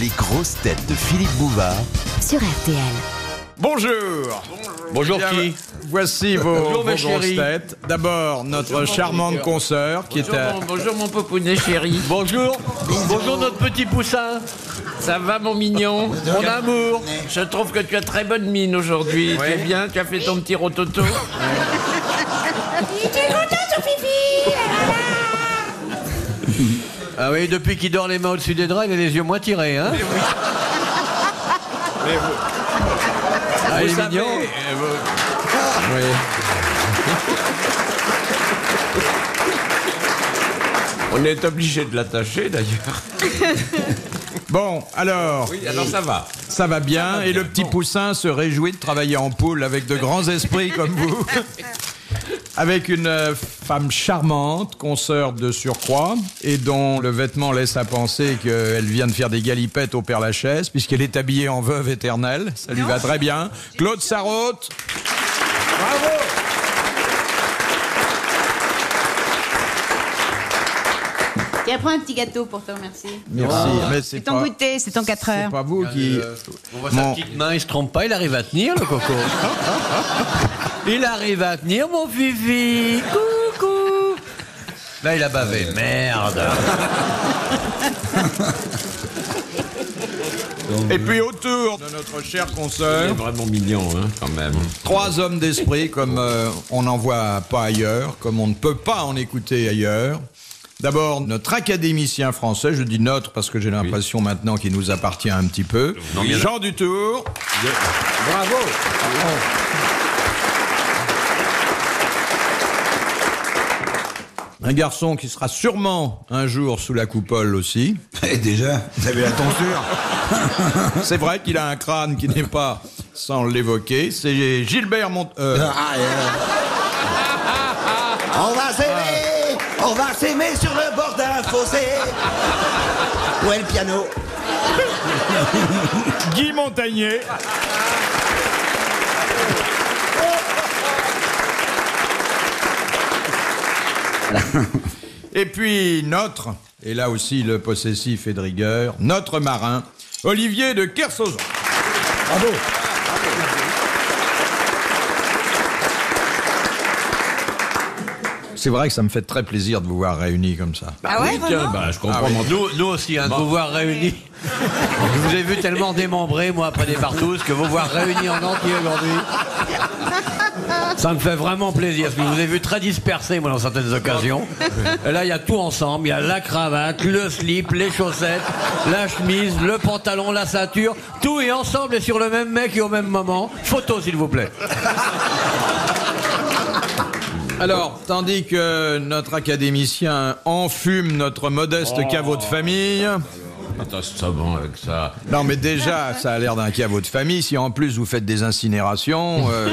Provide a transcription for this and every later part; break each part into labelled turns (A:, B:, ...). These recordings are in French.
A: Les grosses têtes de Philippe Bouvard
B: sur RTL.
C: Bonjour
D: Bonjour
C: Bien,
D: qui
C: Voici vos,
D: Bonjour,
C: vos
D: ma
C: grosses
D: chérie.
C: têtes. D'abord, notre charmante consoeur qui est
E: Bonjour
C: à...
E: mon, bonjour mon popounet chéri.
D: Bonjour Bonjour notre petit poussin
E: Ça va mon mignon
D: Mon amour
E: Je trouve que tu as très bonne mine aujourd'hui. Tu es bien, tu as fait ton petit rototo.
D: Ah oui, depuis qu'il dort les mains au-dessus des draps, il a les yeux moins tirés, hein Ah, il est mignon
C: Oui.
F: On est obligé de l'attacher d'ailleurs.
C: Bon, alors,
F: Alors ça va.
C: ça va bien. et le petit poussin se réjouit de travailler en poule avec de grands esprits comme vous. Avec une euh, femme charmante, consoeur de surcroît, et dont le vêtement laisse à penser qu'elle vient de faire des galipettes au Père Lachaise, puisqu'elle est habillée en veuve éternelle. Ça lui va très bien. Claude Sarraute.
G: Et après un petit gâteau pour te remercier.
C: Merci. Mais c'est
G: C'est en
C: pas-
G: goûter, c'est en 4
C: C'est
G: heures.
C: pas vous qui.
D: On voit sa
C: Mon-
D: petite main, il se trompe pas, il arrive à tenir, le coco Il arrive à tenir, mon Fifi Coucou Là, il a bavé, merde
C: Et puis autour de notre cher
F: C'est
C: consoeur,
F: vraiment mignon hein, quand même.
C: trois hommes d'esprit comme euh, on n'en voit pas ailleurs, comme on ne peut pas en écouter ailleurs. D'abord, notre académicien français, je dis notre parce que j'ai l'impression maintenant qu'il nous appartient un petit peu, Jean Dutour. Bravo Un garçon qui sera sûrement un jour sous la coupole aussi.
H: Et Eh, déjà, vous avez la tonsure
C: C'est vrai qu'il a un crâne qui n'est pas sans l'évoquer. C'est Gilbert Mont. euh,
H: Ah, euh. On va s'aimer On va s'aimer sur le bord d'un fossé Où est le piano
C: Guy Montagnier. Et puis notre, et là aussi le possessif est de rigueur, notre marin, Olivier de Kersauzon. Bravo. C'est vrai que ça me fait très plaisir de vous voir réunis comme ça.
G: Ah ouais,
F: Tiens,
G: vraiment
F: bah, je comprends. mon-
D: Nous, nous aussi, hein, de vous voir réunis. Je vous ai vu tellement démembrés, moi, après des partous, que vous voir réunis en entier aujourd'hui. Ça me fait vraiment plaisir, parce que je vous ai vu très dispersés, moi, dans certaines occasions. Et là, il y a tout ensemble. Il y a la cravate, le slip, les chaussettes, la chemise, le pantalon, la ceinture. Tout est ensemble et sur le même mec et au même moment. Photo, s'il vous plaît.
C: Alors, tandis que notre académicien enfume notre modeste
D: Oh.
C: caveau de famille.
F: Putain, c'est savant avec ça.
C: Non, mais déjà, ça a l'air d'un caveau de famille. Si en plus vous faites des incinérations. euh.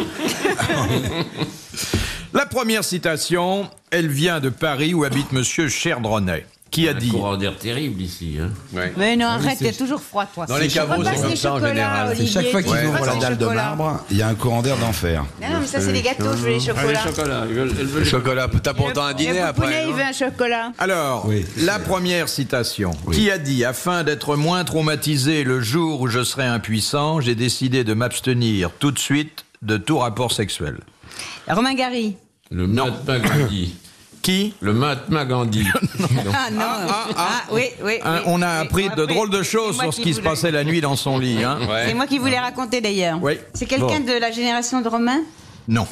C: La première citation, elle vient de Paris où habite Monsieur Cherdronnet, qui a
F: Un
C: dit
F: courant d'air terrible ici. Hein.
G: Mais non, arrête, t'es toujours froid, toi.
D: Dans les caveaux,
G: Repasse
D: c'est comme
G: les
D: ça en
G: chocolats,
D: général.
G: Olivier,
H: Chaque fois
G: tu
H: qu'ils
G: repasses
H: ouvrent la
G: les
H: dalle de
G: chocolats.
H: marbre, il y a un courant d'air d'enfer.
G: Non, non, mais ça, c'est les gâteaux, je veux les
F: Ah, les
G: chocolats.
F: chocolats, ils veulent- elles veulent-
D: Le chocolat, t'as pourtant un dîner
G: Le
D: après.
G: pouponnet,
C: hein.
G: il veut un chocolat.
C: Alors,
H: Oui, c'est
C: la
H: vrai.
C: première citation, qui a dit Afin d'être moins traumatisé le jour où je serai impuissant, j'ai décidé de m'abstenir tout de suite de tout rapport sexuel.
G: Romain Gary.
F: Le Mahatma Gandhi.
C: Qui
F: Le Mahatma Gandhi.
G: Ah non. Ah, oui, oui.
C: Hein,
G: oui,
C: on a
G: oui,
C: appris
G: on a
C: de drôles de choses
G: C'est moi
C: sur ce qui se
G: voulais-
C: passait la nuit dans son lit. hein.
G: C'est moi qui voulais raconter d'ailleurs.
C: Oui.
G: C'est quelqu'un de la génération de Romain
C: Non,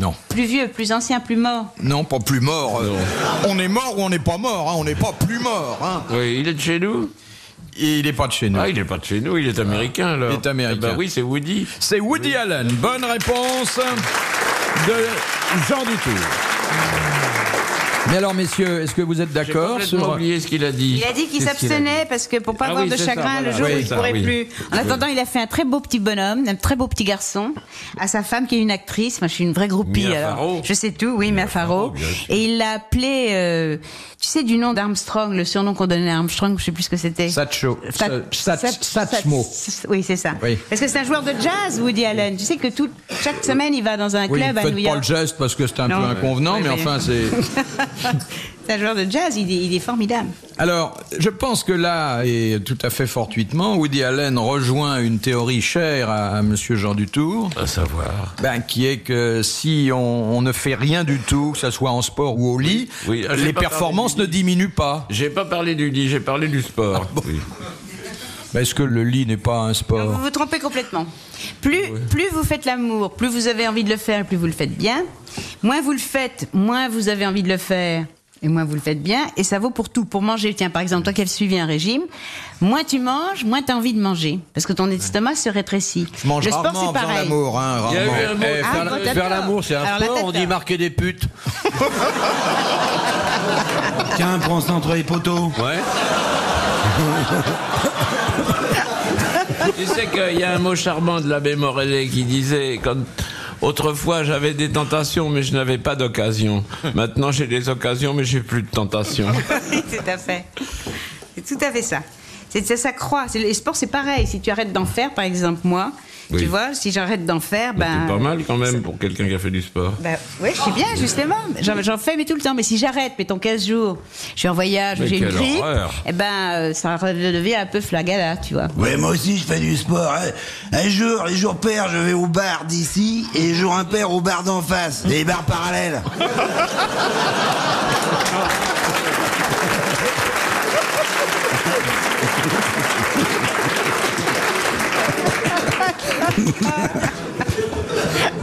C: non,
G: Plus vieux, plus ancien, plus mort.
C: non, pas plus mort. euh, On est mort ou on n'est pas mort, hein, on n'est pas plus mort. hein.
F: oui, il est de chez nous
C: Et il n'est pas de chez nous.
F: Ah, il n'est pas de chez nous, il est américain alors.
C: Ah, Il est américain.
F: Eh ben oui, c'est Woody.
C: C'est Woody Allen. Bonne réponse de Jean Dutour. Mais alors, messieurs, est-ce que vous êtes
F: J'ai
C: d'accord
F: complètement
C: sur...
F: oublié ce qu'il a dit.
G: Il a dit qu'il
C: Qu'est-ce qu'il a
G: s'abstenait parce que pour pas
F: Ah
G: avoir
F: oui,
G: de
F: c'est ça,
G: chagrin le
F: voilà.
G: jour où
F: Oui,
G: il
F: ça,
G: pourrait
F: oui.
G: plus. En attendant, il a fait un très beau petit bonhomme, un très beau petit garçon, à sa femme qui est une actrice. Moi, je suis une vraie groupie.
F: Mia
G: alors.
F: Farrow.
G: Je sais tout, oui, Mia Farrow.
F: bien sûr.
G: Et il l'a appelé, euh, tu sais, du nom d'Armstrong, le surnom qu'on donnait à Armstrong, je sais plus ce que c'était.
C: Satcho. Euh,
G: Sat-
F: euh,
C: Sat-
G: Sat-
C: Satchmo.
G: Sat- Oui, c'est ça.
C: Oui.
G: Parce que c'est un joueur de jazz, Woody Allen. Tu sais que tout, chaque semaine, il va dans un
C: Oui,
G: club à New
C: faites pas le
G: York.
C: geste parce que c'est un
G: Non.
C: peu inconvenant,
G: Oui,
C: mais
G: mais-
C: enfin, c'est...
G: C'est un joueur de jazz, il est, il est formidable.
C: Alors, je pense que là, et tout à fait fortuitement, Woody Allen rejoint une théorie chère à, à Monsieur Jean Dutour,
F: À savoir.
C: ben, qui est que si on, on ne fait rien du tout, que ce soit en sport ou au lit,
F: Oui, oui, j'ai
C: les
F: pas parlé
C: performances
F: du
C: ne diminuent pas.
F: J'ai pas parlé du lit, j'ai parlé du
C: Ah
F: sport. Oui.
C: Ben, Est-ce que le lit n'est pas un
G: Alors,
C: sport
G: vous vous trompez complètement. Plus,
C: Ah
G: plus vous faites l'amour, plus vous avez envie de le faire, plus vous le faites bien. Moins vous le faites, moins vous avez envie de le faire. Et moins vous le faites bien, et ça vaut pour tout. Pour manger, tiens, par exemple, toi qui as suivi un régime, moins tu manges, moins tu as envie de manger. Parce que ton estomac se rétrécit.
C: Je mange
G: le sport,
C: rarement en
G: c'est
C: faisant
G: pareil.
C: l'amour, hein,
F: Il y a eu
C: rarement.
F: un mot-
D: Eh,
G: Ah,
D: faire
G: bon,
D: faire
G: d'accord.
D: l'amour, c'est un
G: Alors, la
D: sport,
G: tête,
D: on
G: là.
D: dit marquer des putes.
H: Tiens, prends-en entre les poteaux.
D: Ouais.
C: Eh.
E: Tu sais qu'il y a un mot charmant de l'abbé Morellet qui disait quand autrefois j'avais des tentations mais je n'avais pas d'occasion. Maintenant j'ai des occasions mais j'ai plus de tentations.
G: Oui, tout à fait. C'est tout à fait ça. C'est ça, ça croît. C'est- Les sports, c'est pareil. Si tu arrêtes d'en faire, par exemple, moi,
F: Oui.
G: tu vois, si j'arrête d'en faire,
C: Bah,
G: ben.
F: C'est pas mal quand même pour quelqu'un qui a fait du sport.
G: Ben, oui, je suis bien, justement. J'en, j'en fais, mais tout le temps. Mais si j'arrête, mettons 15 jours, je suis en voyage,
F: Mais
G: j'ai une
F: quelle
G: grippe,
F: horreur.
G: eh ben, euh, ça redevient un peu flagala, tu vois.
H: Ouais, moi aussi, je fais du sport. hein. Un jour, les jours pairs, je vais au bar d'ici, et les jours impairs, au bar d'en face. Les bars parallèles.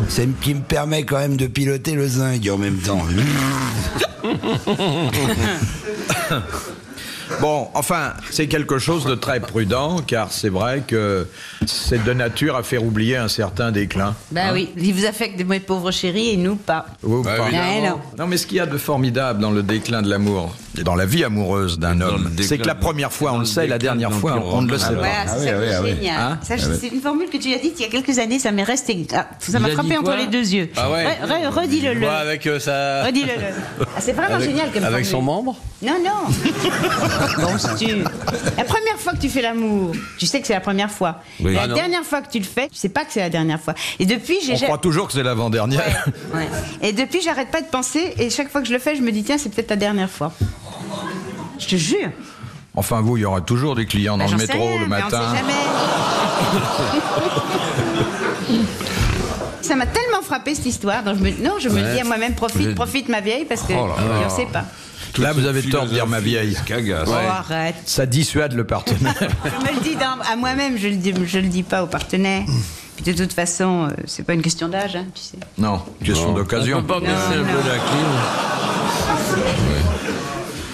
H: C'est ce qui me permet quand même de piloter le zinc en même temps.
C: Bon, enfin, c'est quelque chose de très prudent, car c'est vrai que c'est de nature à faire oublier un certain déclin.
G: Ben oui, il vous affecte, mes pauvres chéris, et nous pas.
C: Vous,
F: Bah,
C: pas.
G: évidemment. Ouais, non.
C: Non, mais ce qu'il y a de formidable dans le déclin de l'amour, et dans la vie amoureuse d'un
F: dans le
C: homme,
F: déclin
C: c'est que la
F: de-
C: première fois,
F: dans
C: on
F: le
C: le sait, la
F: déclin
C: dernière
F: de
C: fois,
F: l'Empire
C: on ne le
F: romain.
C: sait
G: Voilà,
C: pas.
G: c'est ça qui est génial.
C: Hein
G: Ça, je- c'est une formule que tu as dite il y a quelques années, ça m'est resté. ah, ça m'a
E: a dit
G: frappé entre
E: quoi
G: les deux yeux.
D: Ah ouais.
G: Re- re- redis-le le.
D: Quoi, avec euh, sa.
G: Redis-le le. Ah, c'est vraiment
D: avec-
G: génial comme
D: Avec
G: formule.
D: son membre
G: Non, non. bon, si tu- La première fois que tu fais l'amour, tu sais que c'est la première fois. Et la
D: Ah non.
G: dernière fois que tu le fais, tu sais pas que c'est la dernière fois. Et depuis, j'ai.
C: On
G: j'ai-
C: croit toujours que c'est l'avant-dernière.
G: Ouais. Et depuis, j'arrête pas de penser. Et chaque fois que je le fais, je me dis tiens, c'est peut-être la dernière fois. Je te jure.
C: Enfin, vous, il y aura toujours des clients dans
G: Bah,
C: le
G: j'en sais
C: métro
G: rien,
C: le
G: mais
C: matin.
G: On sait jamais. Ça m'a tellement frappé cette histoire. Donc je me, non, je me dis à moi-même profite, profite ma vieille parce
C: Oh
G: que je ne sais pas.
C: Là, vous avez tort de dire ma vieille.
F: Cagasse.
G: Oh, arrête.
C: Ça dissuade le partenaire.
G: Je me le dis dans- à moi-même, je le dis, je le dis pas au partenaire. Puis de toute façon, euh, c'est pas une question d'âge, hein, tu sais.
C: non, question
E: On
C: d'occasion.
E: peut pas baisser un peu la clim.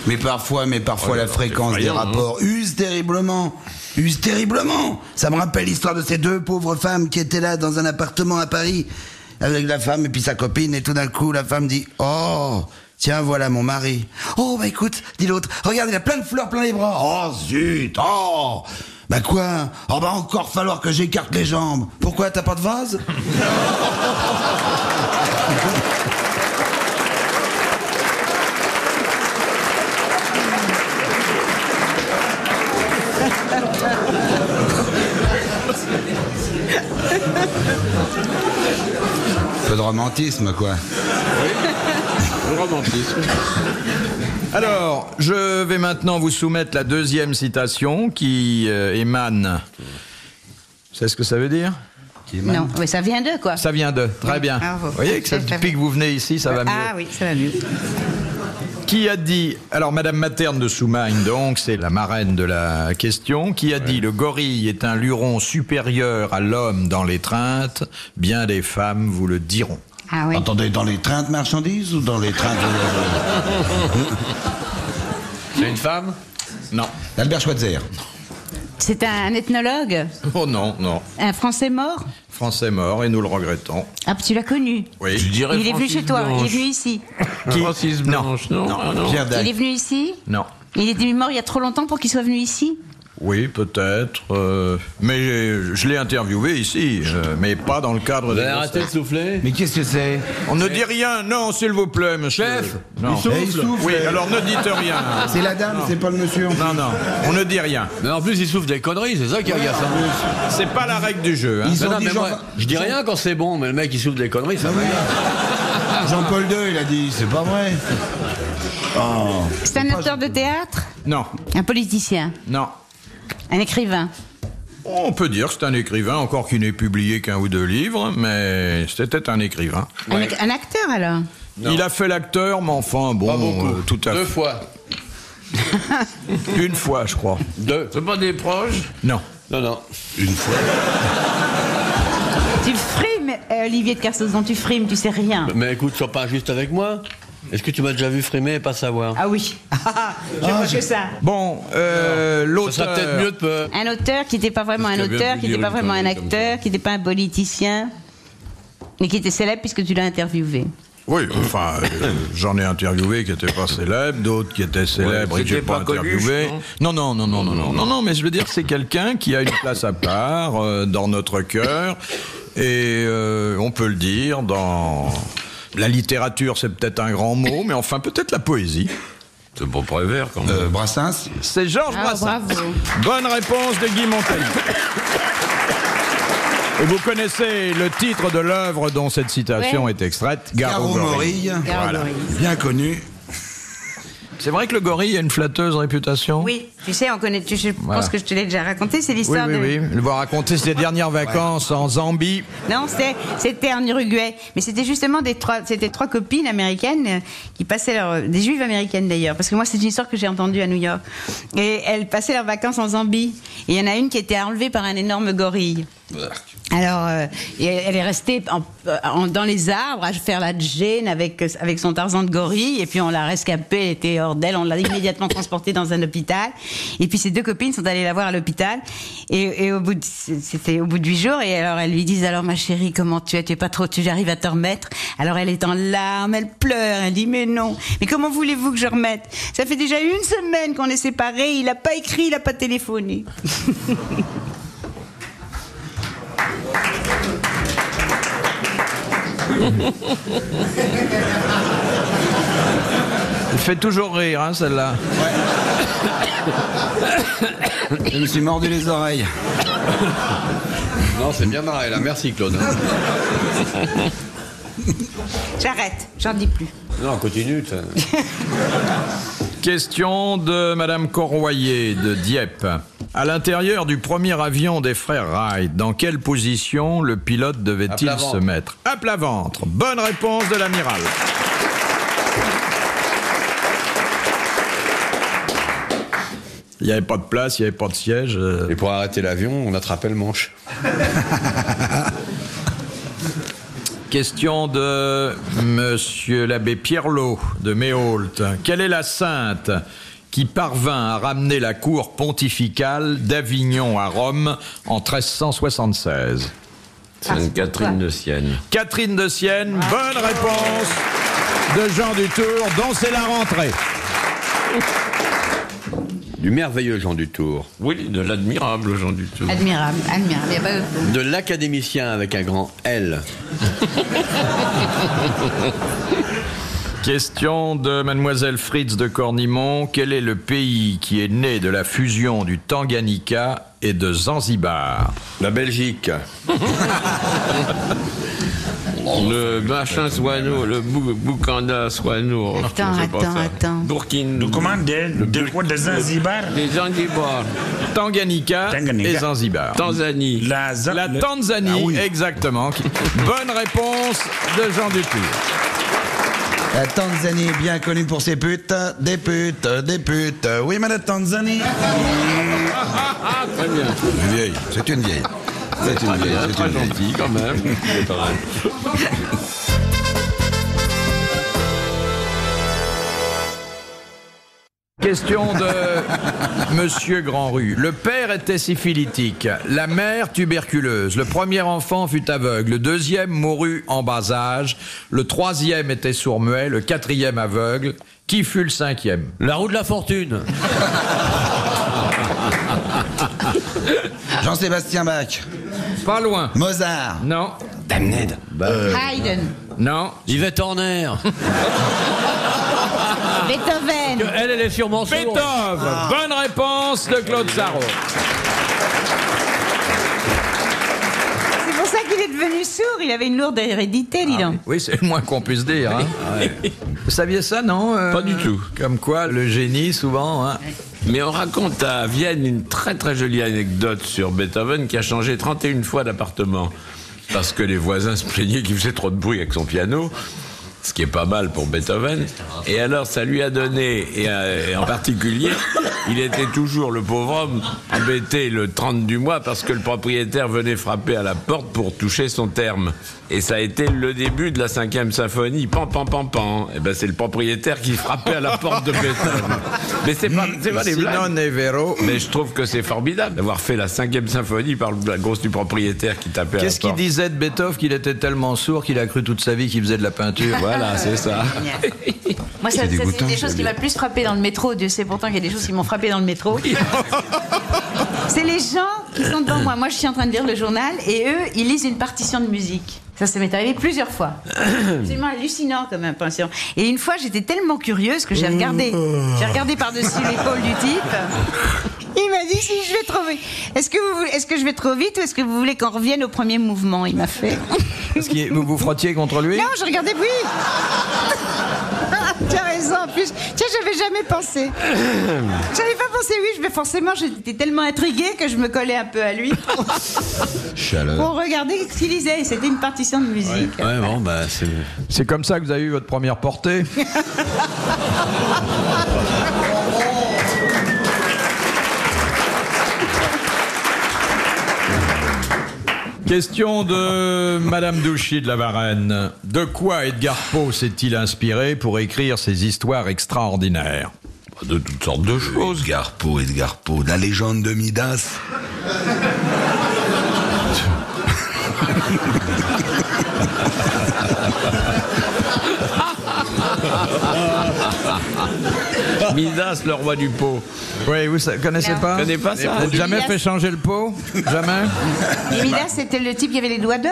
H: Mais parfois, mais parfois la fréquence des rapports use terriblement. Use terriblement. Ça me rappelle l'histoire de ces deux pauvres femmes qui étaient là dans un appartement à Paris avec la femme et puis sa copine et tout d'un coup la femme dit "Oh, tiens voilà mon mari." "Oh bah écoute," dit l'autre. "Regarde, il a plein de fleurs plein les bras." "Oh zut Oh Bah quoi Oh bah encore falloir que j'écarte les jambes. Pourquoi t'as pas de vase Peu de romantisme quoi.
C: Alors, je vais maintenant vous soumettre la deuxième citation qui euh, émane. C'est ce que ça veut dire
G: Non, mais ça vient d'eux, quoi.
C: Ça vient de. Très bien.
G: bravo.
C: Vous voyez que ça,
G: Tout à fait.
C: depuis que vous venez ici, ça va mieux.
G: Ah oui, ça va mieux.
C: Qui a dit Alors, Madame Materne de Soumagne, donc, c'est la marraine de la question. Qui a dit Le gorille est un luron supérieur à l'homme dans l'étreinte Bien des femmes vous le diront.
G: Ah oui.
H: Attendez, dans les trains de marchandises ou dans les trains de
D: C'est une femme
C: Non.
H: Albert Schweitzer
G: C'est un, un ethnologue,
C: Oh non, non.
G: un Français mort.
C: Français mort et nous le regrettons.
G: Ah, puis tu l'as connu.
C: Oui.
F: Je dirais
G: Il est venu
F: Francis
G: chez toi, il est
F: Blanche.
G: venu ici.
C: Qui
F: Francis
C: Non.
F: Blanche, non, ah, non.
H: Pierre Dac.
G: Il est venu ici
C: Non.
G: Il était mort il y a trop longtemps pour qu'il soit venu ici
C: Oui, peut-être. euh, mais j'ai- je l'ai interviewé ici, euh, mais pas dans le cadre
D: Vous
C: de.
D: avez arrêté de souffler
H: Mais qu'est-ce que c'est
C: On ne dit rien, non, s'il vous plaît, monsieur.
D: Chef,
C: non.
D: il souffle.
H: Eh, il souffle.
C: Oui, alors ne dites rien.
H: C'est la dame, c'est pas le monsieur.
C: Non, non, on ne dit rien.
D: Mais en plus, il souffle des conneries, c'est ça qui agace. hein.
C: C'est pas la règle du jeu. Hein.
H: Ils
D: Non,
H: ont
D: non,
H: dit
D: mais
H: Jean-
D: moi, je dis rien quand c'est bon, mais Ah le mec, il souffle des conneries, ça va.
H: Jean-Paul II, il a dit, c'est pas vrai.
G: C'est un acteur de théâtre
C: Non,
G: Un politicien
C: non.
G: Un écrivain
C: On peut dire que c'est un écrivain, encore qu'il n'ait publié qu'un ou deux livres, mais c'était un écrivain.
G: un, ac- un acteur alors
C: Il a fait l'acteur, mais enfin, bon,
F: Pas beaucoup.
C: euh, tout à
F: Deux
C: fait.
F: fois.
C: Une fois, je crois.
F: Deux.
E: C'est pas des proches
C: Non.
F: Non, non.
G: Tu frimes, euh, Olivier de Carsozon, tu frimes, tu sais rien.
D: Mais écoute, sois pas injuste avec moi. Est-ce que tu m'as déjà vu frimer et pas savoir
G: Ah oui, j'aime que ça.
C: Bon, euh,
D: Ce
C: l'autre.
D: sera peut-être mieux de peu.
G: Un auteur qui n'était pas vraiment un
E: Qu'est-ce qu'il y a bien
G: auteur,
E: de
G: qui n'était
E: dire
G: pas
E: une
G: vraiment un
E: connerie comme
G: acteur, qui n'était pas un politicien, mais qui était célèbre puisque tu l'as interviewé.
C: Oui, enfin, euh, j'en ai interviewé qui n'étaient pas célèbres, d'autres qui étaient célèbres
E: Ouais,
C: et que j'ai
E: c'était
C: pas,
E: pas Coluche,
C: interviewé. Non, non, non, non, non, non, non, non, mais je veux dire, c'est quelqu'un qui a une place à part euh, dans notre cœur et euh, on peut le dire dans la littérature, c'est peut-être un grand mot, mais enfin peut-être la poésie.
E: C'est pour Prévert quand même.
H: Euh, Brassens
C: C'est Georges
G: Ah,
C: Brassens.
G: bravo.
C: Bonne réponse de Guy Montagny. Et vous connaissez le titre de l'œuvre dont cette citation
G: Ouais.
C: est extraite,
H: Caro
C: Garo Gorille.
H: Morille, bien connu.
C: C'est vrai que le gorille a une flatteuse réputation
G: Oui, tu sais, on connaît, tu- je
C: Voilà.
G: pense que je te l'ai déjà raconté, c'est
C: Oui,
G: l'histoire
C: oui,
G: de...
C: oui. Le voir raconter ses dernières vacances en Zambie.
G: Non, c'est- c'était en Uruguay. Mais c'était justement des trois, c'était trois copines américaines euh, qui passaient leur, des juives américaines d'ailleurs, parce que moi c'est une histoire que j'ai entendue à New York. Et elles passaient leurs vacances en Zambie. Et il y en a une qui était enlevée par un énorme gorille. Alors, euh, et elle est restée en- euh, en- dans les arbres à faire la gêne avec, euh, avec son tarzan de gorille. Et puis, on l'a rescapée, elle était hors d'elle. On l'a immédiatement transportée dans un hôpital. Et puis, ses deux copines sont allées la voir à l'hôpital. Et, et au bout de, c'était au bout de huit jours. Et alors, elles lui disent, alors, ma chérie, comment tu es? Tu es pas trop, tu arrives à te remettre? Alors, elle est en larmes, elle pleure. Elle dit, mais non. Mais comment voulez-vous que je remette? Ça fait déjà une semaine qu'on est séparés. Il a pas écrit, il a pas téléphoné.
C: Il fait toujours rire, hein, celle-là.
H: Je me suis mordu les oreilles.
D: Non, c'est bien marré là. Merci Claude.
G: J'arrête. J'en dis plus.
D: Non, continue. t'as-
C: Question de Madame Corroyer de Dieppe. À l'intérieur du premier avion des frères Wright, dans quelle position le pilote
D: À
C: devait-il
D: plat
C: se
D: ventre.
C: mettre À plat ventre. Bonne réponse de l'amiral. Il n'y avait pas de place, il n'y avait pas de siège. euh,
D: Et pour arrêter l'avion, on attrapait le manche.
C: Question de Monsieur l'abbé Pierlot de Méholt. Quelle est la sainte qui parvint à ramener la cour pontificale d'Avignon à Rome en 1376
G: Ah,
E: Sainte-Catherine de Sienne.
C: Catherine de Sienne, bonne réponse de Jean Dutour, dont c'est la rentrée.
D: Du merveilleux Jean Dutour.
E: Oui, de l'admirable Jean Dutour.
G: Admirable, admirable. Il y a pas-
D: De l'académicien avec un grand L.
C: Question de Mademoiselle Fritz de Cornimont. Quel est le pays qui est né de la fusion du Tanganyika et de Zanzibar
D: La Belgique.
E: Le machin Soano, le bou Boucanda Soano.
G: Attends,
E: je sais pas
G: attends,
E: ça.
G: attends.
E: Burkina.
B: Du comment de, de quoi de Zanzibar
E: Les Zanzibar.
C: Tanganyika,
B: Tanganyika.
C: et Zanzibar.
E: Tanzanie.
B: La, Zan-
C: La
B: le-
C: Tanzanie,
B: Ah oui.
C: exactement. Bonne réponse de Jean Dupuis.
H: La Tanzanie est bien connue pour ses putes, des putes, des putes. Oui, mais la Tanzanie.
E: Ah, très bien.
H: Une vieille, c'est une vieille. C'est une vieille, c'est
E: Très
H: une vieille.
E: gentil quand même. C'est pas mal.
C: Question de Monsieur Grandru. Le père était syphilitique, la mère tuberculeuse. Le premier enfant fut aveugle, le deuxième mourut en bas âge, le troisième était sourd-muet, le quatrième aveugle. Qui fut le cinquième
D: La roue de la fortune.
H: Jean-Sébastien Bach,
C: Pas loin.
H: Mozart,
C: Non,
G: Haydn,
C: non.
D: Yvette Horner.
G: Ah. Beethoven,
D: Elle, elle est sûrement sourde.
C: Beethoven. Bonne réponse de Claude Sarraud.
G: c'est pour ça ça qu'il est devenu sourd. Il avait une lourde hérédité, dis donc.
C: Oui, c'est le moins qu'on puisse dire. hein. Vous saviez ça, non euh,
E: Pas du tout.
C: Comme quoi, le génie, souvent. hein.
E: Mais on raconte à Vienne une très très jolie anecdote sur Beethoven qui a changé 31 fois d'appartement parce que les voisins se plaignaient qu'il faisait trop de bruit avec son piano. Ce qui est pas mal pour Beethoven. Et alors, ça lui a donné, et, euh, et en particulier, il était toujours, le pauvre homme, embêté le 30 du mois parce que le propriétaire venait frapper à la porte pour toucher son terme. Et ça a été le début de la cinquième symphonie, pan pan pan pan. Et ben, c'est le propriétaire qui frappait à la porte de Beethoven. Mais c'est pas, c'est pas des blagues.
C: Sinon, Nevero.
E: Mais je trouve que c'est formidable d'avoir fait la cinquième symphonie par la grosse du propriétaire qui tapait à
C: Qu'est-ce
E: la
C: qu'il
E: porte.
C: disait de Beethoven qu'il était tellement sourd qu'il a cru toute sa vie qu'il faisait de la peinture
E: Voilà, c'est ça.
I: Moi, ça, ça, c'est une des choses qui m'a plus frappé dans le métro. Dieu sait pourtant qu'il y a des choses qui m'ont frappé dans le métro.
G: C'est les gens qui sont devant moi. Moi, je suis en train de lire le journal et eux, ils lisent une partition de musique. Ça, ça m'est arrivé plusieurs fois. Absolument hallucinant comme impression. Et une fois, j'étais tellement curieuse que j'ai regardé. J'ai regardé par-dessus l'épaule du type. Il m'a dit si je vais trop vite. Est-ce que, vous voulez- est-ce que je vais trop vite ou est-ce que vous voulez qu'on revienne au premier mouvement Il m'a fait.
C: Parce que vous vous frottiez contre lui
G: Non, je regardais, oui Tu as raison, en plus. Tiens, j'avais jamais pensé. J'avais pas pensé, oui, mais forcément, j'étais tellement intriguée que je me collais un peu à lui pour, pour regarder ce qu'il lisait. Et C'était une partition de musique.
D: Ouais, bon, bah, c'est.
C: C'est comme ça que vous avez eu votre première portée Question de Madame Douchy de la Varenne. De quoi Edgar Poe s'est-il inspiré pour écrire ses histoires extraordinaires
F: De toutes sortes de choses.
H: Edgar Poe, Edgar Poe, la légende de Midas.
E: Midas, le roi du pot.
C: Oui, vous sa- connaissez
G: Non.
C: pas
E: Je connais pas ça.
C: Vous n'avez jamais fait changer le pot Jamais
G: Et Midas, c'était le type qui avait les doigts d'or.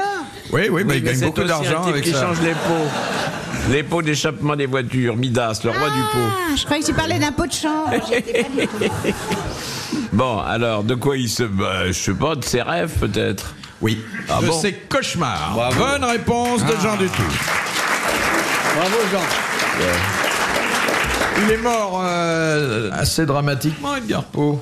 C: Oui, oui, mais il
E: Mais
C: gagne
E: c'est
C: beaucoup
E: aussi un
C: d'argent
E: type
C: avec
E: qui
C: ça.
E: change les pots. Les pots d'échappement des voitures, Midas, le roi du pot.
G: Ah, je croyais que tu parlais d'un pot de change. J'étais pas du tout.
E: Bon, alors, de quoi il se... bah, je sais pas, de ses rêves, peut-être
C: Oui.
E: Ah
C: de
E: bon Ah.
C: ses cauchemars. Bonne réponse de Jean Dutoux.
D: Bravo, Jean.
C: Il est mort euh, assez dramatiquement, Edgar Poe.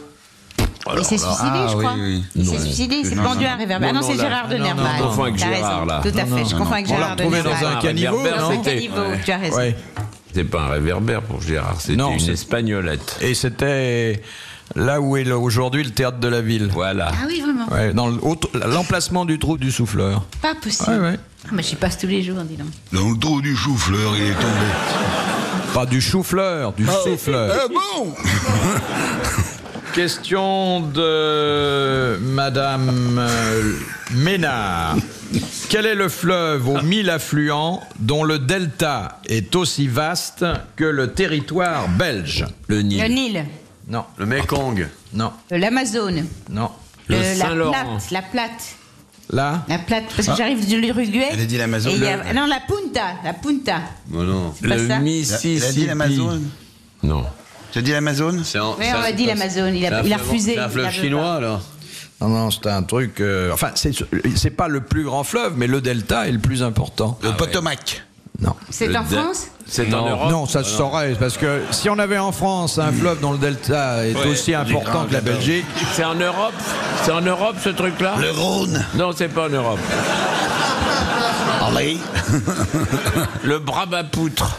G: Il s'est suicidé,
H: ah,
G: je
H: oui,
G: crois.
H: oui.
G: Il s'est suicidé, il s'est pendu à un réverbère. Ah non, c'est Gérard de Nerval.
E: non, confonds avec
G: T'as raison.
E: Gérard, là.
G: Tout à fait, je confonds avec
C: On l'a
G: Gérard de
C: retrouvé dans un
G: Nerval.
C: caniveau,
E: réverbère,
G: Dans un
E: c'était-
G: caniveau,
I: Eh,
G: tu as raison.
C: Ouais.
E: C'était pas un réverbère pour Gérard, c'était
C: Non,
E: une
C: c'est-
E: espagnolette.
C: Et c'était là où est le- aujourd'hui le théâtre de la ville.
E: Voilà.
I: Ah oui, vraiment.
C: Ouais, dans le- au- l'emplacement du trou du souffleur.
I: Pas possible.
C: Ouais, ouais.
I: Ah, mais j'y passe tous les jours, dis donc.
H: Dans le trou du chou-fleur, il est tombé.
C: Pas du chou-fleur, du souffleur.
H: Ah bon
C: Question de Madame euh, Ménard. Quel est le fleuve aux mille affluents dont le delta est aussi vaste que le territoire belge
E: Le
G: Le
E: Nil.
G: Nil,
C: Non,
D: Le Mekong.
C: non,
G: Euh, l'Amazone.
C: non.
E: Le
G: Euh, la
E: Saint-Laurent.
G: plate, la plate,
C: Là
G: la plate, parce que j'arrive de l'Uruguay.
H: Elle a dit l'Amazone.
G: et il y a- Non, la Punta, la Punta.
D: Bon, non.
G: Pas ça
E: Le
H: Il a dit
E: Mississippi.
H: l'Amazone.
E: Non.
H: Tu as dit l'Amazone
D: C'est en-
G: Oui,
D: c'est
G: on
D: un-
G: a dit l'Amazone, il a-
D: c'est un
G: il a
D: fleuve-
G: refusé,
D: C'est un
G: il
D: fleuve
G: la veut
D: chinois,
G: pas.
D: alors.
C: Non, non, c'est un truc. euh, enfin, c'est c'est pas le plus grand fleuve, mais le delta est le plus important.
H: Le Potomac.
C: Non.
G: C'est en
E: de-
G: France
E: C'est en Europe Ah
C: Non, ça se saurait, parce que si on avait en France un fleuve dont le delta est aussi important que la Belgique,
E: C'est en Europe C'est en Europe, ce truc-là
H: Le Rhône.
E: Non, c'est pas en Europe.
H: Allez.
E: Le Brabapoutre.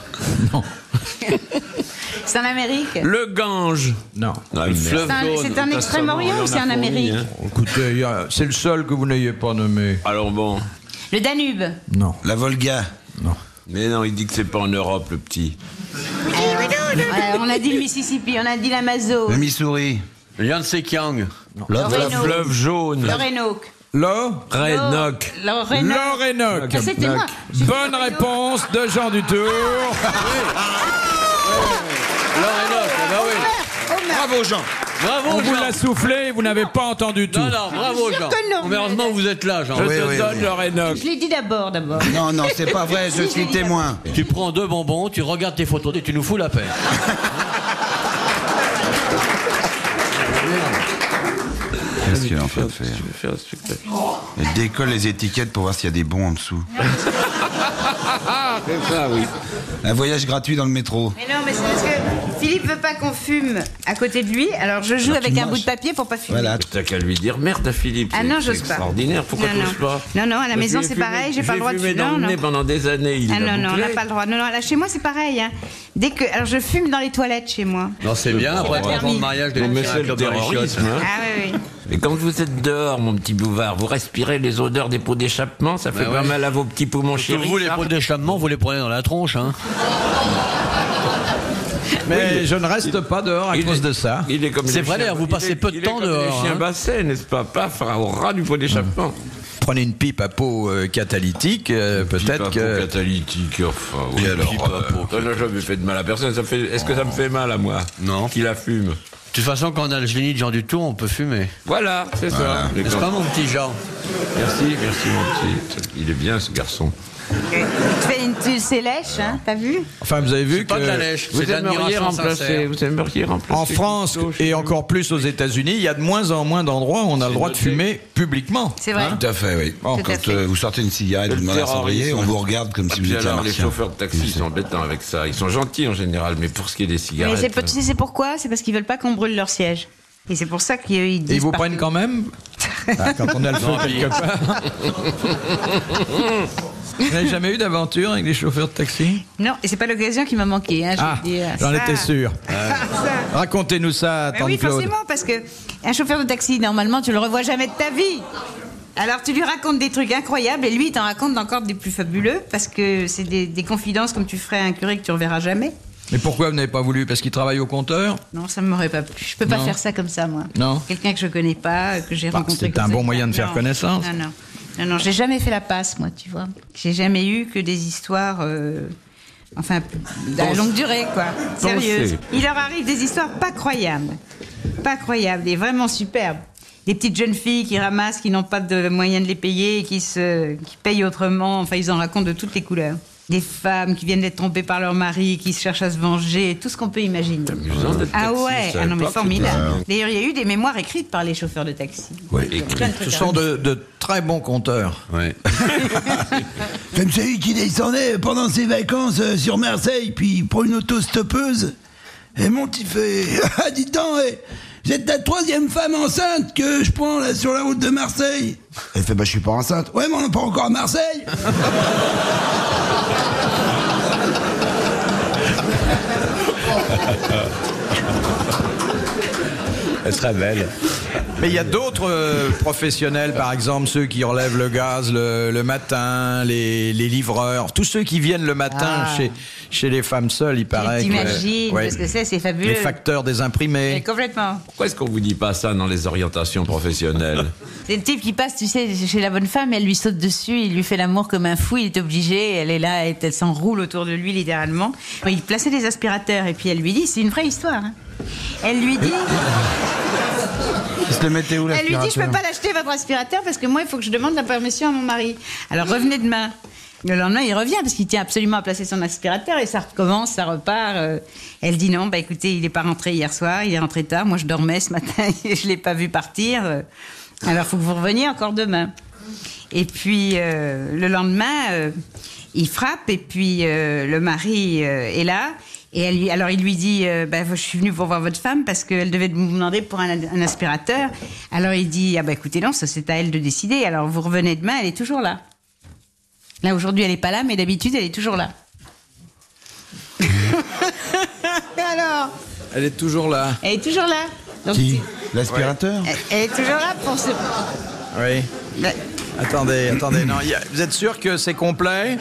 G: C'est en Amérique
E: Le Gange.
C: non.
E: Ah, le fleuve
G: C'est un- C'est en Extrême-Orient ou c'est en Amérique
E: hein.
C: Écoutez, il y a- c'est le seul que vous n'ayez pas nommé.
E: Alors bon.
G: Le Danube.
C: Non.
H: La Volga.
E: Mais non, il dit que c'est pas en Europe, le petit.
G: Voilà, on a dit le Mississippi, on a dit
H: Le
G: l'Amazone,
H: Missouri.
D: Le Yansekiang.
G: le
E: Le fleuve jaune.
G: le Renoc.
C: Là
E: Renoc.
G: Le Renoc.
C: L'Orénoque.
G: Ah, C'était moi.
C: Bonne réponse de Jean Dutour.
D: L'Orénoque, bah oui.
H: Bravo, Jean.
C: On
D: Bravo,
C: vous
D: Jean.
C: l'a soufflé, vous n'avez pas entendu tout.
D: Non, non, bravo, Jean.
G: que non,
D: Mais heureusement, vous êtes là, Jean.
E: Je
H: Oui,
E: te
H: oui,
E: donne
H: oui.
E: le Renoc.
G: Je l'ai dit d'abord, d'abord.
H: Non, non, c'est pas vrai, je suis témoin.
D: Tu prends deux bonbons, tu regardes tes photos et tu nous fous la paix.
H: Qu'est-ce qu'elle est en train de faire
E: Je vais faire un spectacle.
H: Elle décolle les étiquettes pour voir s'il y a des bons en dessous.
E: C'est ça, oui.
H: Un voyage gratuit dans le métro.
G: Mais non, mais c'est parce que Philippe veut pas qu'on fume à côté de lui, alors je joue avec un bout de papier pour pas fumer.
H: Voilà.
E: Mais Ah, T'as qu'à lui dire merde à Philippe.
G: Ah
E: c'est-
G: non,
E: c'est
G: j'ose pas.
E: Extraordinaire. Pourquoi
G: Non,
E: tu
G: non.
E: n'oses pas
G: Non, non, à la
E: Moi, je
G: maison,
E: l'ai
G: c'est
E: fumé-
G: pareil, j'ai pas le droit de
E: Je l'ai
G: fumer.
E: fumé dans
G: Non,
E: le nez
G: non.
E: pendant des années. il
G: Ah
E: l'a
G: non, non, on n'a
E: bouclé.
G: pas le droit. Non, non, là chez moi c'est pareil. hein. Dès que, alors je fume dans les toilettes chez moi.
D: Non, c'est bien, après
G: Permis.
D: 30 ans de mariage, de
E: Non, mais
D: laisser
E: c'est
D: un
E: le
D: club dans les chiottes.
E: terrorisme. hein.
G: Ah oui, oui.
E: Mais quand vous êtes dehors, mon petit bouvard, vous respirez les odeurs des pots d'échappement, ça
D: Bah
E: fait pas
D: ouais.
E: mal à vos petits poumons
D: Que
E: chéris.
D: vous, les
E: ça.
D: pots d'échappement, vous les prenez dans la tronche, hein.
C: Mais je ne reste pas dehors à
E: il
C: cause
E: est-
C: de ça.
E: Il est comme
D: C'est
E: les
D: vrai,
E: chiens-
D: d'ailleurs, vous
E: il
D: passez
E: est-
D: peu de
E: il est
D: temps
E: comme
D: dehors,
E: Les
D: hein. Mmh.
E: chiens bassets, n'est-ce pas Paf, au ras du pot d'échappement.
C: Prenez une pipe à peau euh, catalytique, euh, peut-être que.
F: catalytique, enfin.
E: Et alors, euh, on n'a jamais fait de mal à personne. Ça fait, est-ce que ça me fait mal à moi
D: Non.
E: Qui la fume
D: De toute façon, quand on a le génie de Jean Dutour, on peut fumer.
E: Voilà, c'est ça. Les
D: N'est-ce
E: gars.
D: pas, mon petit Jean
E: Merci, merci mon petit. Il est bien ce garçon.
G: Tu fais une, tu- c'est lèche, hein, t'as vu
C: Enfin, vous avez vu
D: Pas de la
C: que.
D: lèche, c'est
E: Vous
D: de
E: aimeriez
D: l'admiration
E: remplacer
D: sincère.
E: Vous aimeriez remplacer
C: En France
E: Cousteau chez
C: et
E: nous
C: encore plus aux États-Unis, il y a de moins en moins d'endroits où on a le droit de fumer publiquement.
G: C'est vrai.
H: Tout à fait, oui.
G: à
H: quand
G: fait.
H: euh, vous sortez une cigarette,
E: Le
H: vous demandez un
E: terrorisme.
H: cendrier, on vous regarde comme
E: Ah,
H: si
E: puis
H: vous étiez un
E: alors, les
H: martien.
E: chauffeurs de taxi, ils sont embêtants avec ça. Ils sont gentils en général, mais pour ce qui est des cigarettes.
G: Mais c'est pas- tu sais, c'est pourquoi C'est parce qu'ils veulent pas qu'on brûle leur siège. Et c'est pour ça qu'ils
C: Et
G: disent.
C: ils vous
G: partout.
C: prennent quand même Ah, Quand on a le feu quelque part. Vous n'avez jamais eu d'aventure avec les chauffeurs de taxi
G: Non, et c'est pas l'occasion qui m'a manqué. Hein, je
C: Ah,
G: veux dire.
C: j'en
G: Ça. Ah,
C: étais sûr.
G: Ça.
C: Racontez-nous ça,
G: Ben
C: Tante
G: oui,
C: Claude.
G: forcément, parce que un chauffeur de taxi, normalement, tu le revois jamais de ta vie. Alors tu lui racontes des trucs incroyables et lui il t'en raconte encore des plus fabuleux parce que c'est des, des confidences comme tu ferais à un curé que tu reverras jamais.
C: Mais pourquoi vous n'avez pas voulu Parce qu'ils travaillent au compteur
G: Non, ça m'aurait pas plu. Je peux pas
C: Non.
G: faire ça comme ça moi.
C: Non.
G: Quelqu'un que je connais pas, que j'ai
C: Bah,
G: rencontré.
C: c'est
G: comme
C: un
G: ça.
C: bon moyen de faire
G: Non.
C: connaissance.
G: Non, non, non, non, j'ai jamais fait la passe moi, tu vois. J'ai jamais eu que des histoires. euh, Enfin, à longue durée, quoi. Sérieuse.
E: c'est-
G: Il leur arrive des histoires pas croyables. Pas croyables et vraiment superbes. Des petites jeunes filles qui ramassent, qui n'ont pas de moyens de les payer et qui, se, qui payent autrement. Enfin, ils en racontent de toutes les couleurs. Des femmes qui viennent d'être trompées par leur mari, qui cherchent à se venger, tout ce qu'on peut imaginer.
E: amusant d'être
G: Ah
E: taxi,
G: ouais,
E: je savais
G: ah non mais
E: pas que-
G: formidable. D'ailleurs, il y a eu des mémoires écrites par les chauffeurs de taxi. Plein de trucs hein.
C: Ce
G: à
C: sont
G: raconter.
C: de, de très bons compteurs.
H: Comme celui qui descendait pendant ses vacances euh, sur Marseille, puis il prend une autostoppeuse. Et monte, il fait Ah, dis donc, eh, vous êtes la troisième femme enceinte que je prends là sur la route de Marseille. Elle fait Bah, je suis pas enceinte. Ouais, mais on n'est pas encore à Marseille.
C: Mais il y a d'autres euh, professionnels, par exemple ceux qui relèvent le gaz le, le matin, les, les livreurs, tous ceux qui viennent le matin
G: Ah.
C: chez, chez les femmes seules, il paraît. que-
G: T'imagines
C: ouais.
G: parce que c'est, c'est fabuleux.
C: les facteurs des
G: Mais
C: imprimés.
G: complètement.
E: Pourquoi est-ce qu'on vous dit pas ça dans les orientations professionnelles
I: C'est le type qui passe, tu sais, chez la bonne femme, elle lui saute dessus, il lui fait l'amour comme un fou, il est obligé, elle est là, et elle s'enroule autour de lui littéralement.
G: Il plaçait des aspirateurs et puis elle lui dit, c'est une vraie histoire. hein. Elle lui dit,
H: Il se le mettait où
G: elle lui dit, je peux pas l'acheter votre aspirateur parce que moi, il faut que je demande la permission à mon mari. Alors revenez demain. Le lendemain, il revient parce qu'il tient absolument à placer son aspirateur et ça recommence, ça repart. euh. Elle dit non, bah écoutez, il n'est pas rentré hier soir, il est rentré tard. Moi, je dormais ce matin et je l'ai pas vu partir. euh. Alors, faut que vous reveniez encore demain. Et puis euh, le lendemain, euh, il frappe et puis euh, le mari euh, est là. Et elle lui- alors il lui dit, euh, Bah, je suis venu pour voir votre femme parce qu'elle devait vous demander pour un, un aspirateur. Alors il dit, ah bah écoutez non, ça c'est à elle de décider. Alors vous revenez demain, elle est toujours là. Là aujourd'hui elle n'est pas là, mais d'habitude elle est toujours là. alors,
C: Elle est toujours là.
G: elle est toujours là. Donc,
H: Qui
G: tu-
H: L'aspirateur
G: elle- elle est toujours là pour bah, ce.
C: Oui. Attendez, attendez. Non, il y a- vous êtes sûr que c'est complet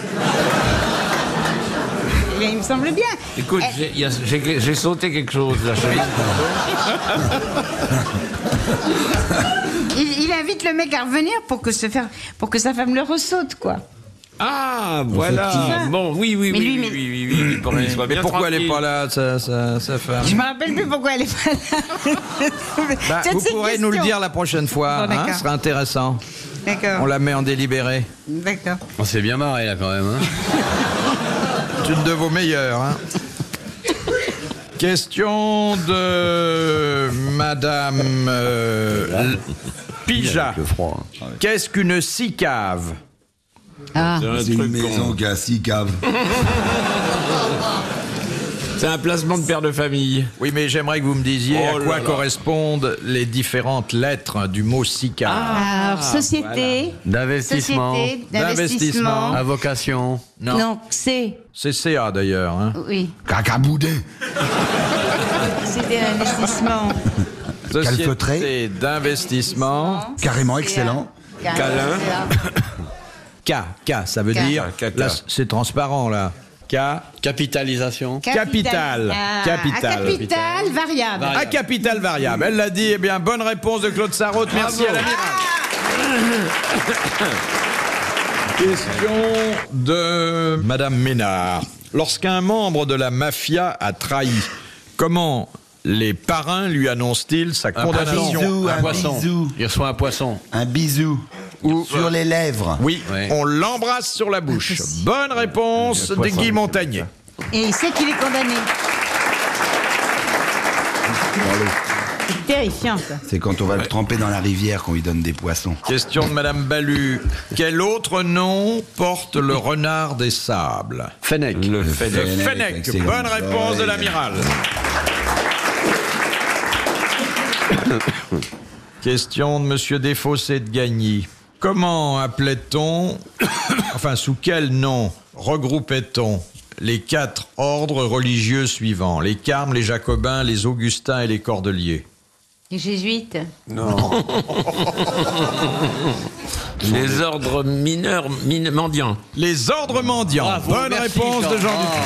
G: Mais il me semble bien.
E: Écoute,
G: Elle-
E: j'ai- il y a- j'ai j'ai sauté quelque chose là. je-
G: Il, il invite le mec à revenir pour que, se faire, pour que sa femme le ressaute, quoi.
E: Ah, voilà. Bon, oui, oui,
G: Mais
E: oui,
G: lui,
E: oui,
G: mais-
E: oui, oui, oui, pour qu'il soit
C: Mais
E: bien
C: pourquoi elle
E: tranquille.
C: n'est pas là, sa, sa- sa femme
G: Je me rappelle plus pourquoi elle est pas là.
C: Bah,
G: Tiens,
C: Vous
G: c'est une
C: pourrez nous le
G: question.
C: dire la prochaine fois.
G: Bon,
C: hein,
G: d'accord.
C: ce sera intéressant. On
G: D'accord.
C: la met en délibéré.
G: D'accord.
D: On s'est bien marré, là, quand même. hein.
C: C'est une de vos meilleures. hein. Question de Madame euh, L- Pija. Qu'est-ce qu'une sicave
G: Ah,
H: C'est une maison qui a six caves.
E: C'est un placement de père de famille.
C: Oui, mais j'aimerais que vous me disiez
E: Oh
C: à
E: là
C: quoi
E: là.
C: correspondent les différentes lettres du mot sicave.
G: alors, société,
D: D'investissement.
G: société
C: D'investissement.
G: d'investissement.
D: À vocation.
C: Non.
G: Non, c'est.
C: C'est CA d'ailleurs. hein.
G: Oui,
H: Cacaboudin.
G: c'était l'investissement.
C: Société
H: Calfeutré.
C: d'investissement.
H: Carrément excellent.
G: euh, Câlin.
C: K, K, ça veut
G: K.
C: dire.
E: K, K.
C: Là, c'est transparent là. K.
D: Capitalisation.
C: Capital. Ah, Capital.
G: Capital. euh, Ah, Capital variable.
C: À capital variable. Elle l'a dit. Eh bien, bonne réponse de Claude Sarraute. Merci à l'amiral. Question de Madame Ménard. Lorsqu'un membre de la mafia a trahi, comment les parrains lui annoncent-ils sa condamnation
H: bisou,
D: un
H: un
D: poisson.
H: bisou.
D: Il reçoit un poisson.
H: Un bisou. Sur les lèvres.
C: Oui,
D: Ouais.
C: on l'embrasse sur la bouche. Bonne réponse de Guy Montagnier.
G: Et il sait qu'il est condamné. C'est terrifiant, ça.
H: C'est quand on va le tremper dans la rivière qu'on lui donne des poissons.
C: Question de Madame Balu. Quel autre nom porte le renard des sables
D: Fennec.
E: Le fait
C: Le
E: de...
C: Fennec. Bonne réponse de l'amiral. Question de Monsieur Desfossés de Gagny. Comment appelait-on, enfin sous quel nom regroupait-on les quatre ordres religieux suivants Les carmes, les jacobins, les augustins et les cordeliers.
G: Les jésuites.
E: Les ordres mineurs, min- mendiants.
C: Les ordres mendiants.
D: Bravo,
C: Bonne
D: merci,
C: réponse de Jean Dupuis.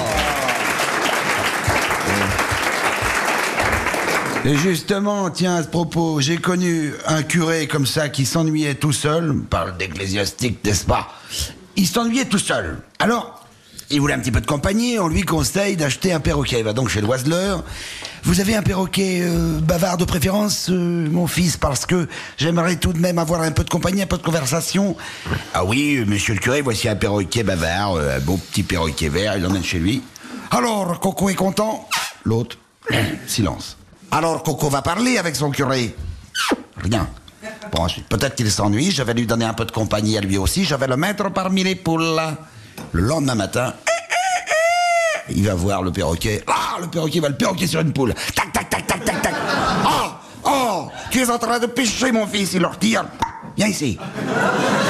H: Et justement, tiens, à ce propos, j'ai connu un curé comme ça qui s'ennuyait tout seul. On parle d'ecclésiastique, n'est-ce pas Il s'ennuyait tout seul. Alors, il voulait un petit peu de compagnie. On lui conseille d'acheter un perroquet. Il va donc chez l'oiseleur. Vous avez un perroquet euh, bavard de préférence, euh, mon fils, parce que j'aimerais tout de même avoir un peu de compagnie, un peu de conversation. Ah oui, euh, monsieur le curé, voici un perroquet bavard, euh, un beau petit perroquet vert. Il l'emmène chez lui. Alors, Coco est content L'autre, silence. Alors Coco va parler avec son curé. Rien. Bon, ensuite, peut-être qu'il s'ennuie, je vais lui donner un peu de compagnie à lui aussi, je vais le mettre parmi les poules. Le lendemain matin, il va voir le perroquet. Ah, le perroquet va le perroquet sur une poule. Tac, tac, tac, tac, tac, tac. Oh, oh, tu es en train de pêcher, mon fils. Il leur tire. Viens ici.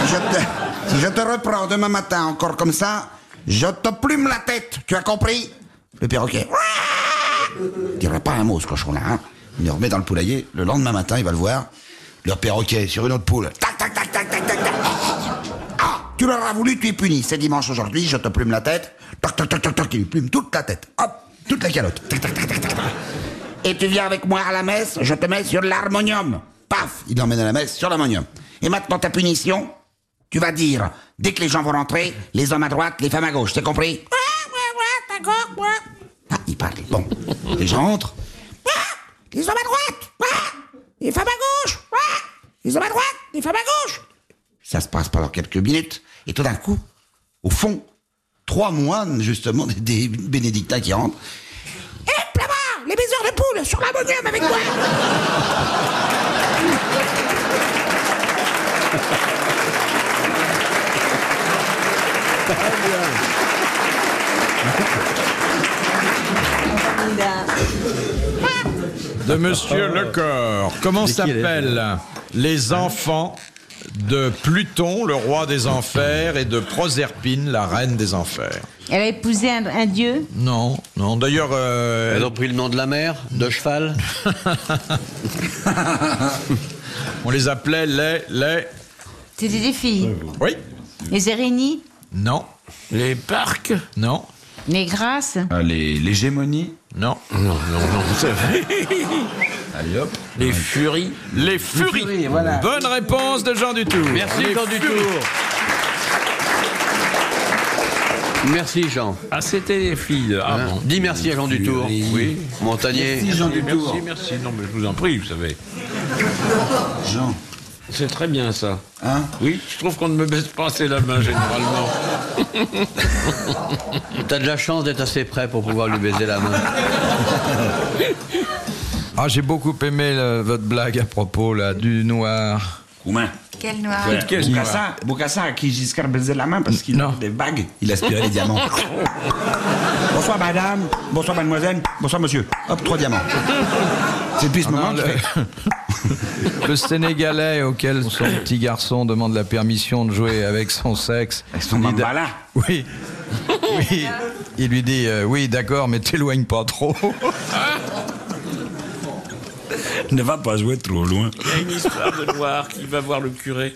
H: Je te, si je te reprends demain matin encore comme ça, je te plume la tête. Tu as compris Le perroquet. Il dirait pas un mot, ce cochon-là. hein. Il le remet dans le poulailler. Le lendemain matin, il va le voir. Leur perroquet sur une autre poule. Tac, tac, tac, tac, tac, tac, tac. Ah, tu leur as voulu, tu es puni. C'est dimanche aujourd'hui, je te plume la tête. Toc, toc, toc, toc, toc, il lui plume toute la tête. Hop, toute la calotte. Tac, tac, tac, tac, tac, tac. Et tu viens avec moi à la messe, je te mets sur l'harmonium. Paf, il l'emmène à la messe sur l'harmonium. Et maintenant, ta punition, tu vas dire, dès que les gens vont rentrer, les hommes à droite, les femmes à gauche, t'as compris Ouais, ouais, ouais, d'accord, ouais. Ah, il parlait. Bon, les gens entrent. Ah, les hommes à droite ah, Les femmes à gauche ah, Les hommes à droite Les femmes à gauche ça se passe pendant quelques minutes, et tout d'un coup, au fond, trois moines, justement, des, des bénédictins qui rentrent. Et là-bas, les baiseurs de poule sur l'harmonium avec moi
C: de Monsieur Lecor. Comment s'appellent les enfants de Pluton, le roi des enfers, et de Proserpine, la reine des enfers
G: Elle a épousé un, un dieu.
C: Non, non. D'ailleurs, euh,
D: Ils ont pris le nom de la mère, de cheval.
C: on les appelait les les.
G: C'était des filles.
C: Oui.
G: Les Érénies,
C: Non,
E: Les parcs
C: non,
G: les Grâces.
H: les, l'hégémonie
C: non.
E: Non, non, non, c'est vrai.
H: Allez hop
E: Les furies
C: Les furies.
D: furies, voilà.
C: Bonne réponse de Jean Dutour.
D: Merci
C: Les
D: Jean Dutour.
C: furies.
D: Merci Jean.
E: Ah, c'était les filles. Ah
D: Hein.
E: bon.
D: Dis merci à Jean Dutour.
H: Oui.
D: Montagnier.
H: Jean Dutour.
E: Merci, merci. Non, mais je vous en prie, vous savez.
H: Jean.
E: C'est très bien ça.
J: Hein
E: Oui, je trouve qu'on ne me baisse pas assez la main généralement.
D: T'as de la chance d'être assez prêt pour pouvoir lui baiser la main.
C: Ah, j'ai beaucoup aimé le- votre blague à propos là, du noir.
H: Roumain.
K: Quel noir.
H: Bocassa, Bocassa à qui Giscard baisait la main parce qu'il
C: Non.
H: a des bagues.
J: Il aspirait les diamants.
H: Bonsoir madame, bonsoir mademoiselle, bonsoir monsieur.
J: Hop, trois diamants. C'est depuis ce moment
C: Non,
J: qu'il fait-
C: le... le Sénégalais auquel son petit garçon demande la permission de jouer avec son sexe.
H: Son
C: Il dit-
H: mambala.
C: Oui. Oui. Il lui dit euh, oui, d'accord, mais t'éloigne pas trop.
H: Ne va pas jouer trop loin.
E: Il y a une histoire de noir qui va voir le curé.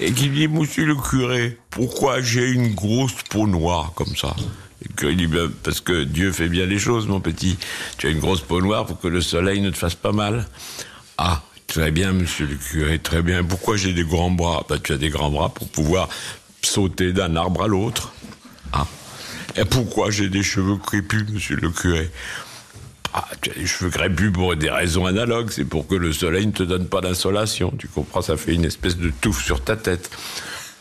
F: Et qui dit, monsieur le curé, pourquoi j'ai une grosse peau noire comme ça Et le curé dit, Ben, parce que Dieu fait bien les choses, mon petit. Tu as une grosse peau noire pour que le soleil ne te fasse pas mal. Ah, très bien, monsieur le curé, très bien. Pourquoi j'ai des grands bras Ben, Tu as des grands bras pour pouvoir sauter d'un arbre à l'autre. Ah. Et pourquoi j'ai des cheveux crépus, monsieur le curé ah, tu as les cheveux crépus pour des raisons analogues, c'est pour que le soleil ne te donne pas d'insolation. Tu comprends, ça fait une espèce de touffe sur ta tête.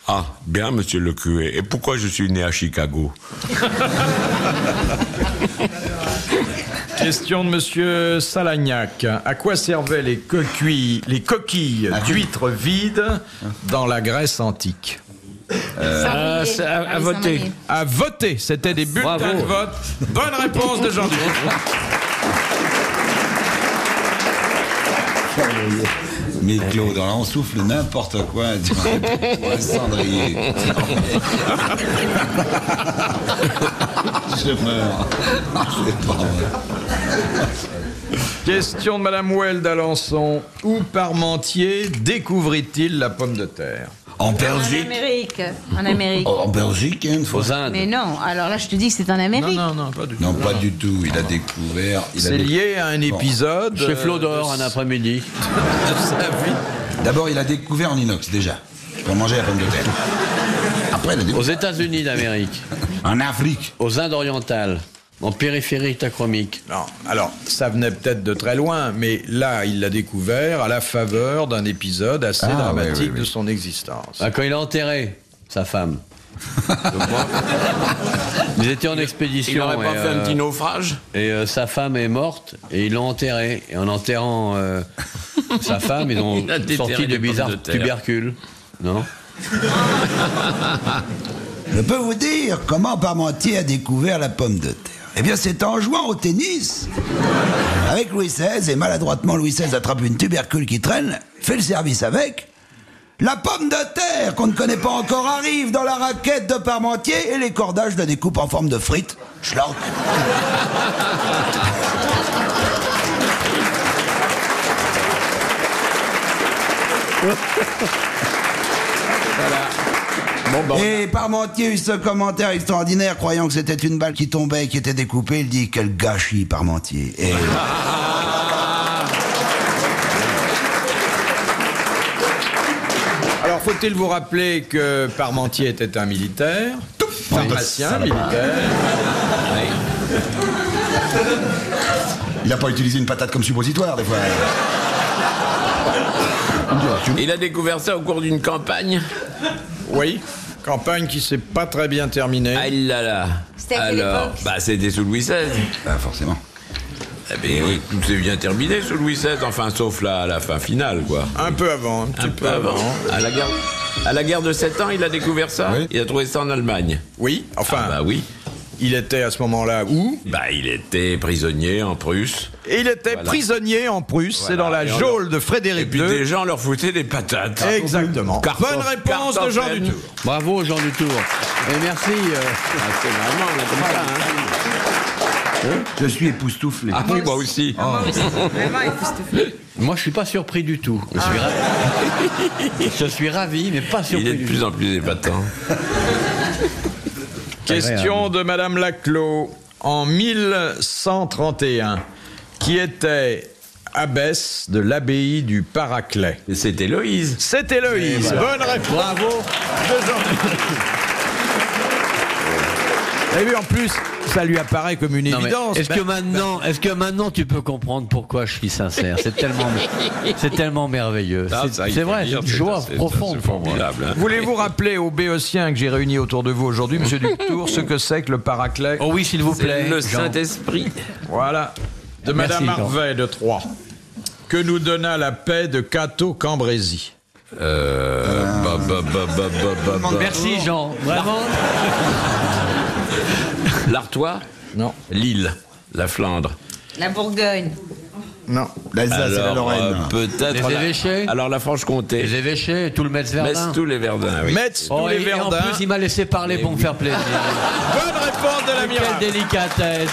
F: Ah, bien, monsieur le curé. Et pourquoi je suis né à Chicago
C: Question de Monsieur Salagnac. À quoi servaient les coquilles, les coquilles d'huîtres vides dans la Grèce antique
E: Ah, c'est à- à voter.
C: À voter, c'était des bulletins
E: Bravo.
C: de vote. Bonne réponse de Jean-Luc.
J: Mais Claude, là, on souffle n'importe quoi. Tu vois, un cendrier. Je meurs. C'est pas vrai.
C: Question de Madame Well d'Alençon. Où Parmentier découvrit-il la pomme de terre
J: En
G: En
J: Belgique.
G: Amérique. En Amérique.
J: En Belgique, hein, une fois.
D: Aux Indes.
G: Mais non, alors là, je te dis que c'est en Amérique.
C: Non, non, non, pas du tout.
J: Non, pas du tout. Il a découvert. il a
C: C'est
J: décou-
C: lié à un épisode.
D: Chez
C: euh,
D: Flodor, un après-midi.
C: de sa vie.
J: D'abord, il a découvert en inox déjà pour manger la pomme de terre. Après, il a
D: Aux
J: découvert
D: États-Unis d'Amérique.
J: en Afrique.
D: Aux Indes orientales. En périphérie tachromique.
C: Non, alors, ça venait peut-être de très loin, mais là, il l'a découvert à la faveur d'un épisode assez
J: Ah, oui,
C: dramatique
J: oui, oui.
C: de son existence.
D: Ah, quand il a enterré sa femme. Ils étaient en expédition.
E: Il n'aurait pas
D: et,
E: fait un
D: euh,
E: petit naufrage
D: Et euh, sa femme est morte et ils l'ont enterrée. Et en enterrant euh, sa femme, ils ont
E: Il a déterré
D: sorti
E: des
D: de
E: pommes
D: bizarres
E: de terre.
D: tubercules. Non
J: Je peux vous dire comment Parmentier a découvert la pomme de terre. Eh bien, c'est en jouant au tennis avec Louis XVI, et maladroitement, Louis XVI attrape une tubercule qui traîne, fait le service avec. La pomme de terre, qu'on ne connaît pas encore, arrive dans la raquette de Parmentier et les cordages la découpent en forme de frites. Schlark. Et Parmentier eut ce commentaire extraordinaire, croyant que c'était une balle qui tombait et qui était découpée. Il dit Quel gâchis, Parmentier. Et...
C: Alors, faut-il vous rappeler que Parmentier était un militaire, pharmacien militaire,
J: Il n'a pas utilisé une patate comme suppositoire, des fois.
E: Ah, Il a découvert ça au cours d'une campagne
C: oui, campagne qui s'est pas très bien terminée.
E: Ah là là
K: C'était à quelle
E: Alors,
K: époque
E: bah, c'était sous Louis XVI.
J: Ah, forcément.
E: Eh bien oui, tout s'est bien terminé sous Louis XVI, enfin sauf la, la fin finale, quoi.
C: Un peu avant, un petit
E: Un peu avant. À la guerre, à la guerre de 7 ans, il a découvert ça
J: Oui.
E: Il a trouvé ça en Allemagne.
C: Oui, enfin,
E: Ah bah oui.
C: il était à ce moment-là où
E: Bah, il était prisonnier en Prusse.
C: Et il était prisonnier en Prusse, c'est dans la
E: Et on-
C: geôle de
E: Et
C: Frédéric
E: puis des
C: II.
E: gens leur foutaient des patates.
C: Exactement.
E: Carton-
C: Bonne réponse
E: carton
C: de Jean
E: plein.
C: Dutour.
D: Bravo, Jean Dutour. Et merci. euh,
E: Ah, c'est vraiment, on a comme ça, hein.
J: Je suis époustouflé.
E: Ah oui, moi aussi.
D: moi, je suis pas surpris du tout. Je suis, ravi. Je suis ravi, mais pas
E: Il
D: surpris
E: est de
D: du
E: plus
D: tout.
E: en plus épatant.
C: Question de Madame Laclos. En 1131, qui était abbesse de l'abbaye du Paraclet
E: Et C'est Héloïse.
C: C'est Héloïse. Bonne réponse. Bravo. Vous avez vu, en plus, ça lui apparaît comme une
D: Non, mais
C: évidence. Ben,
F: Ben,
D: Est-ce que maintenant, est-ce que maintenant tu peux comprendre pourquoi je suis sincère C'est tellement, c'est tellement merveilleux.
F: Ah,
D: C'est-
F: ça, il
D: C'est
F: faut
D: vrai,
F: le
D: c'est
F: dire,
D: une joie
F: c'est- c'est-
D: profonde.
F: C'est formidable. hein.
C: Voulez-vous rappeler aux béotiens que j'ai réunis autour de vous aujourd'hui, Monsieur Dutour, ce que c'est que le paraclet
D: Oh oui, s'il vous plaît.
E: Le
D: Jean.
E: Saint-Esprit.
C: Voilà. De
D: Merci,
C: Madame
D: Jean.
C: Harvey de Troyes, que nous donna la paix de Cato Cambrésis.
F: Euh, bah, bah, bah, bah, bah, bah, bah.
D: Merci Jean, vraiment.
E: L'Artois
C: Non.
E: Lille. La Flandre.
G: La Bourgogne.
L: Non, l'Alsace et la
E: Alors,
L: Lorraine.
E: euh, peut-être.
D: Les
E: la-
D: évêchés
E: Alors la Franche-Comté.
D: Les évêchés, tout le Metz
E: Metz,
D: Verdun.
E: tous les Verdun. oui.
C: Metz,
D: Oh,
C: tous les
D: et, et en
C: Verdun.
D: plus, il m'a laissé parler pour me faire plaisir.
C: Bonne réponse de la
D: Quelle délicatesse.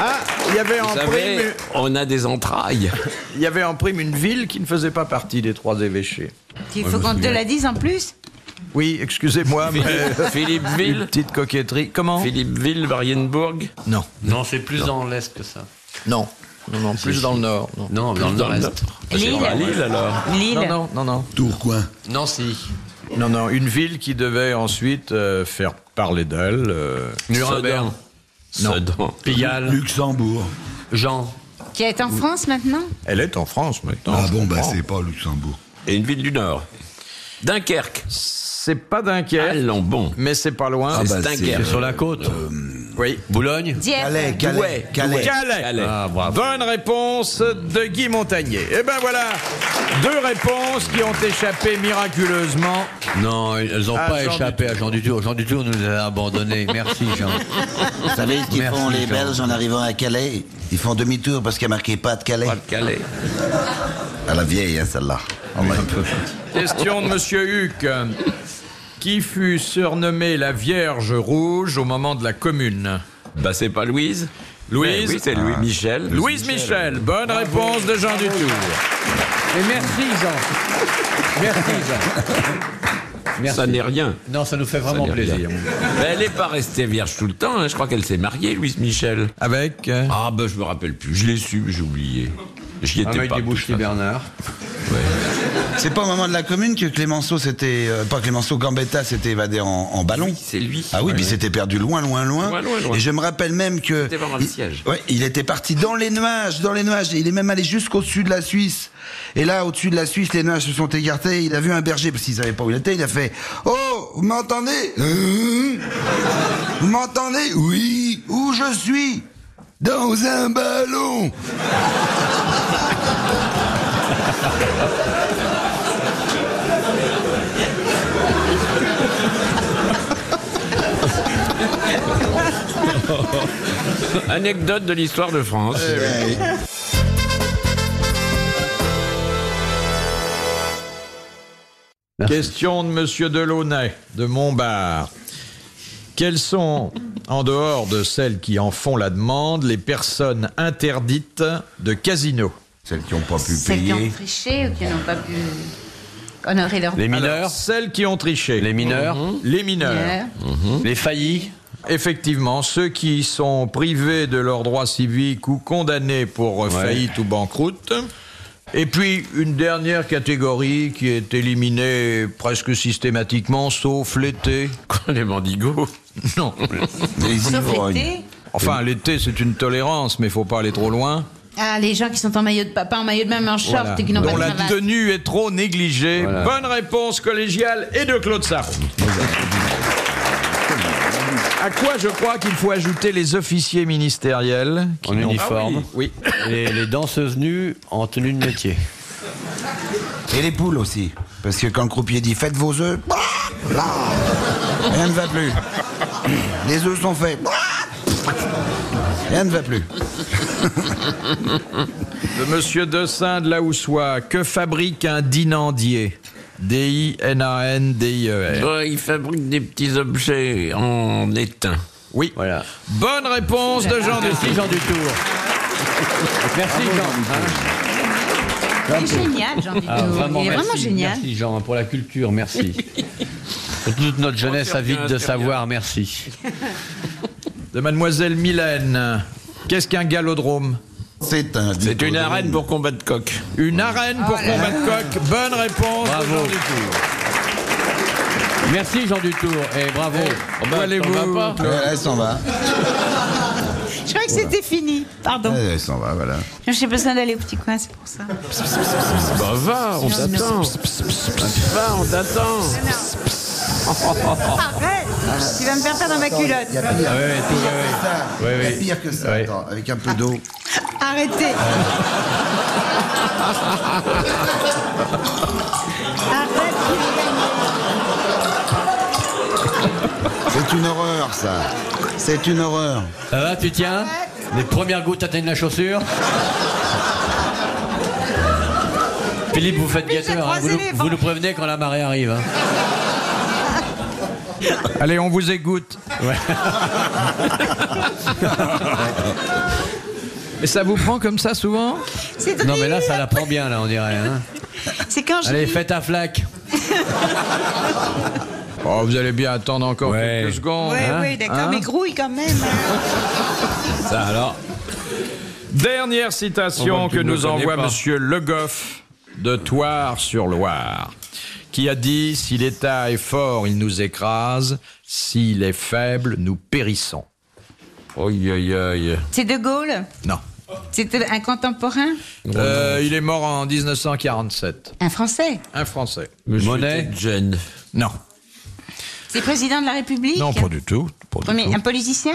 C: Ah, il y avait en
E: Vous
C: prime,
E: savez, on a des entrailles.
C: il y avait en prime une ville qui ne faisait pas partie des trois évêchés.
G: Il faut qu'on te la dise en plus
C: Oui, excusez-moi, mais une
E: Philippeville.
C: petite coquetterie. Comment
E: Philippeville, Marienbourg.
C: Non,
D: Non, c'est plus dans l'Est que ça.
C: non, non, non, plus dans le nord. Non,
D: Non, dans le Nord-Est.
G: Lille.
E: Lille alors.
G: Lille.
C: non, non, non, non,
J: Tour, quoi.
D: Nancy.
C: non, non, une ville qui devait ensuite euh, faire parler d'elle. euh,
D: Nuremberg.
E: Sedan.
D: Pigalle.
J: Luxembourg.
D: Jean.
G: Qui est en France maintenant
C: Elle est en France, mais
J: ah bon, bah c'est pas Luxembourg.
E: Et une ville du Nord. Dunkerque.
C: c'est pas Dunkerque,
E: Allons bon.
C: mais c'est pas loin.
J: bah,
E: Dunkerque.
J: c'est-
D: Sur la côte.
C: Euh, Oui.
D: Boulogne.
G: Dieppe.
J: Calais, Calais,
E: Ouais,
J: Calais.
C: Calais.
E: Calais.
D: Ah, bravo.
C: Bonne réponse de Guy Montagnier. Eh ben voilà, deux réponses qui ont échappé miraculeusement.
D: Non, elles n'ont
C: Ah,
D: pas
C: Jean
D: échappé à Jean Dutour. Jean Dutour nous a abandonnés. Merci, Jean.
J: Vous savez ce qu'ils
D: Merci,
J: font les
D: Jean.
J: Belges en arrivant à Calais Ils font demi-tour parce qu'il n'y a marqué pas de Calais.
E: Pas de Calais.
J: À la vieille, hein, celle-là. On va-
C: Question de Monsieur Huck, qui fut surnommée la Vierge Rouge au moment de la Commune.
E: Bah c'est pas Louise.
C: Louise.
E: Eh oui, c'est Louis Michel.
C: Louise Michel, bonne réponse de Jean Dutour.
D: Et merci, Jean. Merci, Jean. Merci.
E: Ça n'est rien.
D: Non, ça nous fait vraiment
E: Ça n'est rien.
D: plaisir.
E: Mais elle n'est pas restée vierge tout le temps. hein. Je crois qu'elle s'est mariée, Louise Michel.
C: Avec euh,
E: Ah ben je me rappelle plus. Je l'ai su, mais j'ai oublié. J'y
D: Un
E: étais
D: œil
E: pas.
D: des Boucheries Bernard.
J: C'est pas au moment de la commune que Clémenceau s'était. euh, pas Clémenceau, Gambetta s'était évadé en, en ballon.
E: C'est lui.
J: Ah oui, puis il s'était perdu loin, loin, loin.
E: Loin, loin, loin.
J: Et je me rappelle même que.
E: était vraiment le siège.
J: Il, ouais, il était parti dans les nuages, dans les nuages. Il est même allé jusqu'au-dessus de la Suisse. Et là, au-dessus de la Suisse, les nuages se sont écartés. Il a vu un berger, parce qu'il savait pas où il était. Il a fait Oh, vous m'entendez Hum Vous m'entendez Oui. Où je suis Dans un ballon.
E: Ah. Anecdote de l'histoire de France.
C: question de Monsieur Delaunay de Montbard. Quelles sont, en dehors de celles qui en font la demande, les personnes interdites de casino
J: Celles qui n'ont pas pu
G: Celles qui ont
J: payer.
G: triché ou qui n'ont pas pu honorer leur
D: Les mineurs.
C: Alors, celles qui ont triché. Mhm.
D: les mineurs. Mhm.
C: Les mineurs.
G: mineurs.
D: Les faillis.
C: Effectivement, ceux qui sont privés de leurs droits civiques ou condamnés pour euh, faillite ou banqueroute. Et puis, une dernière catégorie qui est éliminée presque systématiquement, sauf l'été.
E: Les mendigos.
C: Non.
J: Les
G: Sauf
J: ivrognes.
G: l'été.
C: Enfin, l'été, c'est une tolérance, mais il faut pas aller trop loin.
G: Ah, les gens qui sont en maillot de pa- pas en maillot de bain, mais en short
C: Voilà.
G: et qui n'ont
C: Dont
G: pas
C: la
G: de cravate.
C: tenue est trop négligée. Bonne réponse collégiale et de Claude Sarron. À quoi je crois qu'il faut ajouter les officiers ministériels qui
D: En
C: n'ont-
D: uniforme.
C: Ah oui, oui.
D: Les, les danseuses nues en tenue de métier.
J: Et les poules aussi. Parce que quand le croupier dit faites vos œufs, bah, là, rien ne va plus. Les œufs sont faits. bah, Rien ne va plus.
C: De Monsieur Dessin de la Houssoie, que fabrique un dinandier D-I-N-A-N-D-I-E-R.
E: Ouais, Euh, ils fabriquent des petits objets en étain.
C: Oui.
D: Voilà.
C: Bonne réponse de Jean Dessin.
D: Merci Jean Dutour. Merci Jean.
G: Il est génial, Jean Dutour.
D: Ah, vraiment,
G: Il est
D: merci,
G: vraiment génial.
D: Merci Jean pour la culture, merci. Pour toute notre
C: Oh,
D: jeunesse avide de savoir, merci.
C: De Mademoiselle Mylène, qu'est-ce qu'un galodrome
J: C'est un.
E: C'est une arène pour combat de coq.
C: Une arène pour combat de coq. Bonne réponse de
D: Bravo.
C: Jean Dutour.
D: Merci Jean Dutour et bravo.
E: Eh,
D: Oh, bah,
C: Où
D: t'en
C: allez-vous
D: vas pas
H: Ah, voilà, elle s'en va.
G: Je croyais que c'était fini. Pardon.
H: Elle s'en va, voilà.
G: J'ai besoin d'aller au petit coin, c'est pour ça.
E: Bah va, on t'attend. Va, on t'attend.
G: Arrête Tu vas me faire perdre ma culotte.
H: Il y a pire,
D: Ah ouais, tout,
H: Il
D: ouais, ouais. Ouais,
H: y a
D: ouais.
H: pire que ça.
D: Ouais.
H: Attends, avec un peu d'eau.
G: Arrêtez. Arrête.
H: C'est une horreur, ça. C'est une horreur.
D: Ça va, tu tiens Les premières gouttes atteignent la chaussure. Philippe, vous faites
G: Mais j'ai
D: gâteur. hein.
G: croisé
D: Vous, nous,
G: les
D: vous
G: bras.
D: nous prévenez quand la marée arrive. hein.
C: Allez, on vous égoutte. Mais ça vous prend comme ça souvent
G: C'est
D: Non, mais là,
G: horrible.
D: ça la prend bien, là, on dirait. hein.
G: C'est quand je.
D: Allez,
G: dis-
D: faites un flac.
C: Oh, vous allez bien attendre encore
D: Ouais.
C: quelques secondes.
G: Ouais,
C: hein,
G: ouais, d'accord,
C: hein
G: mais grouille quand même.
D: Ça, alors.
C: Dernière citation
E: Oh, tu
C: que
E: ne
C: nous
E: le connais
C: envoie
E: pas.
C: Monsieur Le Goff de Toire-sur-Loire, qui a dit Si l'État est fort, il nous écrase. S'il est faible, nous périssons.
E: Aïe, aïe, aïe.
G: C'est De Gaulle
C: Non.
G: C'était un contemporain
C: Euh, il est mort en 1947.
G: Un Français
C: Un Français.
D: Monet.
E: Jen.
C: Non.
G: C'est président de la République
C: Non, pas du tout. pas du
G: Premier-
C: tout.
G: un politicien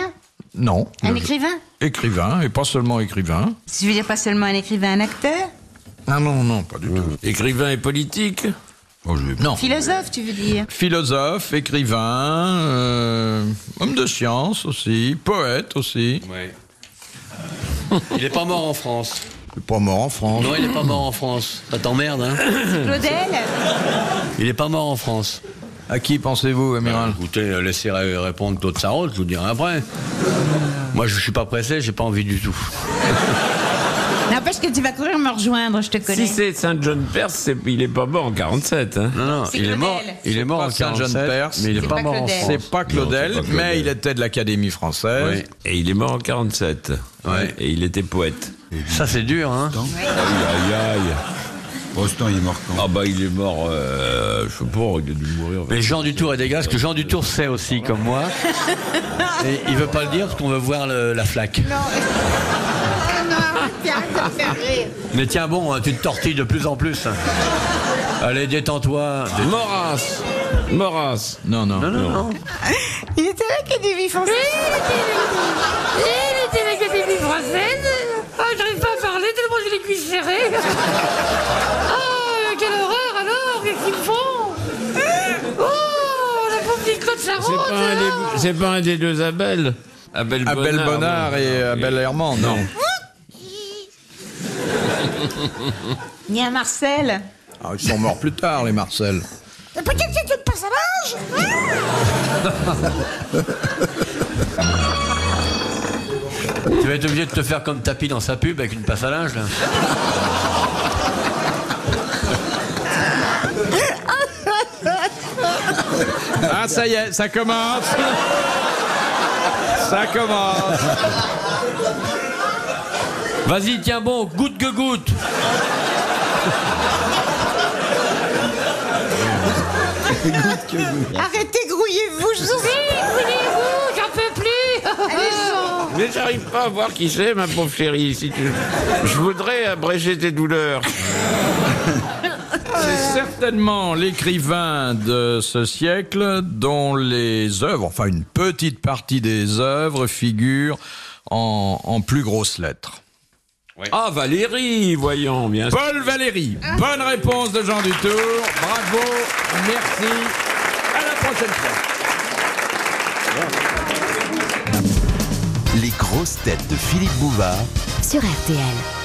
C: Non.
G: Un
C: Le-
G: écrivain
C: Écrivain, et pas seulement écrivain.
G: Je veux dire pas seulement un écrivain, un acteur
C: Ah non, non, pas du tout. Oh,
E: Écrivain et politique
C: Non.
G: Philosophe, tu veux dire
C: Philosophe, écrivain, euh, homme de science aussi, poète aussi.
D: Il est pas mort en France.
C: Il est Pas mort en France.
D: Non, il est pas mort en France. Ça t'emmerde, hein
G: Claudel
D: Il est pas mort en France.
C: À qui pensez-vous, amiral
D: Hein, Écoutez, laissez ré- répondre Claude Sarraute, je vous dirai après. Moi, je suis pas pressé, j'ai pas envie du tout.
G: N'empêche que tu vas courir me rejoindre, je te connais.
E: Si c'est Saint-John Perse, c'est- il est pas mort en 47. Hein.
D: Non, non,
G: C'est
D: il est
G: Claudel.
D: mort. Il est mort
C: pas
D: en
C: Saint-John
D: 47,
C: Perse.
D: mais il est
G: C'est
D: pas
G: pas
D: mort en
G: Claudel.
D: France.
C: C'est pas Claudel, mais il était de l'Académie française.
D: Oui.
E: Et il est mort en 47.
D: Ouais.
E: Et il était poète.
D: Ça, c'est dur, hein
F: Aïe, aïe, aïe.
H: Rostand, il est mort quand
F: Ah bah il est mort, euh, je sais pas, il a dû mourir.
D: Mais Jean Dutour est dégueulasse, que Jean Dutour sait aussi, comme moi. Et il veut pas le dire parce qu'on veut voir le- la flaque.
G: Oh,
D: Mais tiens, bon, hein, tu te tortilles de plus en plus. Allez, détends-toi.
E: Maurras Maurras
C: Non, non.
D: Non, non, non.
G: Il était là qu'il dit vif français.
M: Il était avec l'Académie française. Ah, j'arrive pas à parler tellement j'ai les cuisses serrées. Ah, quelle horreur alors Qu'est-ce qu'ils me font Oh, la pauvre petite Claude
E: C'est
M: Sarraute
E: pas, un des-
M: alors.
E: c'est pas un des deux Abel Abel Bonnard.
C: Abel Bonnard et Abel Hermand, non.
G: Il y a Marcel.
C: Ah, ils sont morts plus tard, les Marcel.
D: Tu vas être obligé de te faire comme tapis dans sa pub avec une passe à linge, là.
C: Ah, ça y est, ça commence Ça commence
D: Vas-y, tiens bon, goutte que goutte.
G: Arrêtez, grouillez-vous, je vous
M: Oui, voulez-vous J'en peux plus.
E: Mais j'arrive pas à voir qui c'est, ma pauvre chérie. Si tu... Je voudrais abréger tes douleurs.
C: C'est certainement l'écrivain de ce siècle dont les œuvres, enfin une petite partie des œuvres, figurent en, en plus grosses lettres.
E: Ah, Valérie, voyons, bien sûr.
C: Paul Valéry, bonne réponse de Jean Dutour, bravo, merci, à la prochaine fois
J: Les grosses têtes de Philippe Bouvard
M: Sur RTL.